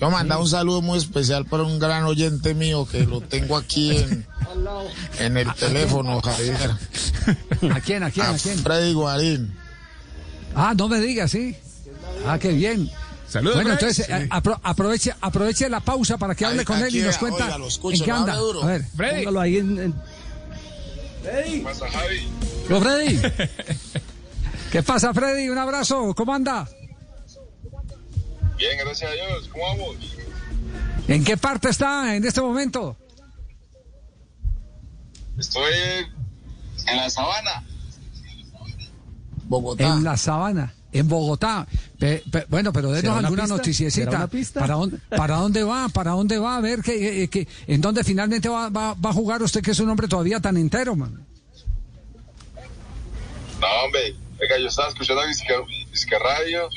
Yo mandar un saludo muy especial para un gran oyente mío que lo tengo aquí en, en el teléfono, Javier. ¿A quién, a quién, a A quién? Freddy Guarín. Ah, no me digas, sí. Ah, qué bien. Saludos, Bueno, Freddy. entonces eh, apro- aproveche, aproveche la pausa para que hable Ahí- con él aquí, y nos cuenta oiga, lo escucho, en qué no hable anda. duro. A ver, Freddy. póngalo ahí en, en- Don Freddy. ¿Qué pasa, Freddy? Un abrazo. ¿Cómo anda? Bien, gracias a Dios. ¿Cómo vamos? ¿En qué parte está en este momento? Estoy en la sabana. Bogotá. Ah. En la sabana, en Bogotá. Pe- pe- bueno, pero denos ¿Será una alguna pista? ¿Será noticiecita. una pista? ¿Para dónde, ¿Para dónde va? ¿Para dónde va? A ver, que, ¿en dónde finalmente va, va- va a jugar usted, que es un hombre todavía tan entero, man? No, hombre. Oiga, yo estaba escuchando Disque, Disque Radio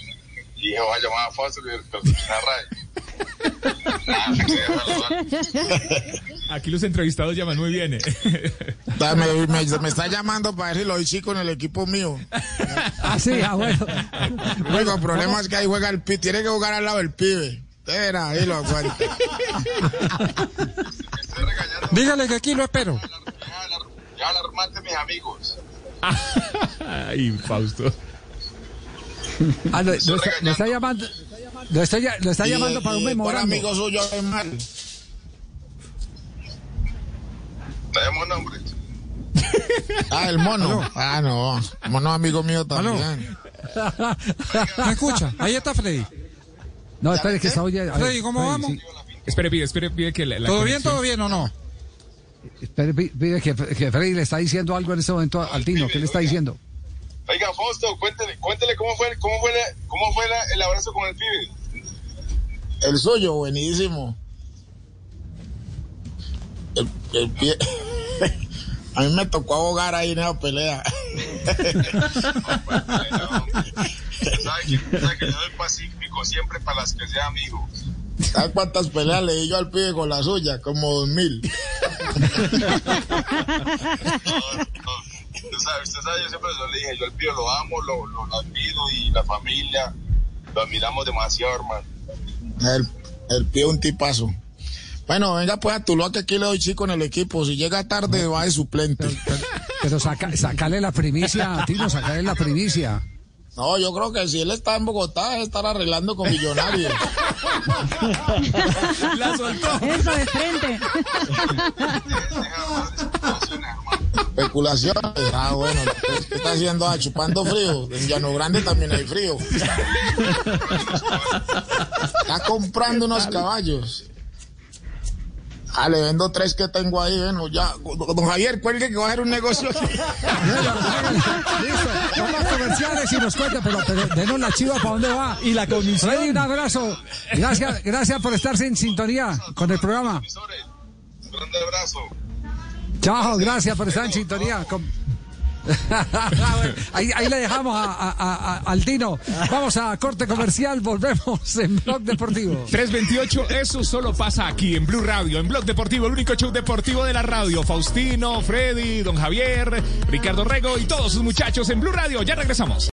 y dije, voy a llamar a Fácil y pero escuché la radio. Nah, me quedé con la radio. Aquí los entrevistados llaman muy bien. eh. Da- Me, me- me está llamando para ver si lo doy chico en el equipo mío. Ah, sí, ah, bueno. Luego, el problema es que ahí juega el pibe. Tiene que jugar al lado del pibe. Era, ahí lo aguanta. Estoy regañando. Dígale que aquí lo espero. Ya hablar- ya hablar de mis amigos. Ay, Fausto. Ah, lo, lo está, lo está llamando. Lo está, ya- lo está Y- llamando para y un por memorando. amigo suyo es mal. Tenemos nombres. Ah, el mono. Ah, no. Mono amigo mío también. ¿Me escucha? Ahí está Freddy. No, espere que está oyendo. A ver, Freddy, ¿cómo vamos? sí. Espere, pide, espere, pide que la. la ¿Todo bien, conexión- todo bien o no? Espere, pi- pide que, que Freddy le está diciendo algo en este momento al Tino. ¿Qué le está diciendo? Oiga, Fausto, cuéntele, cuéntele cómo fue, el- cómo fue, la- cómo fue la- el abrazo con el pibe. El suyo, buenísimo. El, el pie. A mí me tocó abogar ahí en esa pelea. ¿Sabe que, sabe que yo soy pacífico siempre para las que sea amigo? ¿Sabes cuántas peleas le di yo al pibe con la suya? Como dos mil. Usted sabe, usted sabe, yo siempre se lo dije, yo al pío lo amo, lo, lo, lo admiro y la familia, lo admiramos demasiado, hermano. El, el pie un tipazo. Bueno, venga pues a Tuluá que aquí le doy chico en el equipo. Si llega tarde va de suplente. Pero saca, sacale la primicia, Tino, sacale la primicia. No, yo creo que si él está en Bogotá, debe estar arreglando con millonarios. La soltó. Eso de frente. Deja de hablar de situaciones, hermano. Especulaciones. Ah, bueno, entonces, ¿qué está haciendo? Ah, chupando frío. En Llano Grande también hay frío. Está comprando unos caballos. Ah, le vendo tres que tengo ahí, bueno, ya. Don Javier, cuelgue que va a hacer un negocio. Listo, vamos a comerciales y nos cuenta, pero, pero denos la chiva para dónde va. Y la comisión. Freddy, un abrazo. Gracias, gracias por estarse en sintonía con el programa. Emisores, Un grande abrazo. Chao, gracias por estar en sintonía. con- ahí, ahí le dejamos a- a- a- a- al Tino. Vamos a corte comercial, volvemos en Blog Deportivo. 328, eso solo pasa aquí en Blue Radio, en Blog Deportivo, el único show deportivo de la radio. Faustino, Freddy, Don Javier, Ricardo Rego y todos sus muchachos en Blue Radio. Ya regresamos.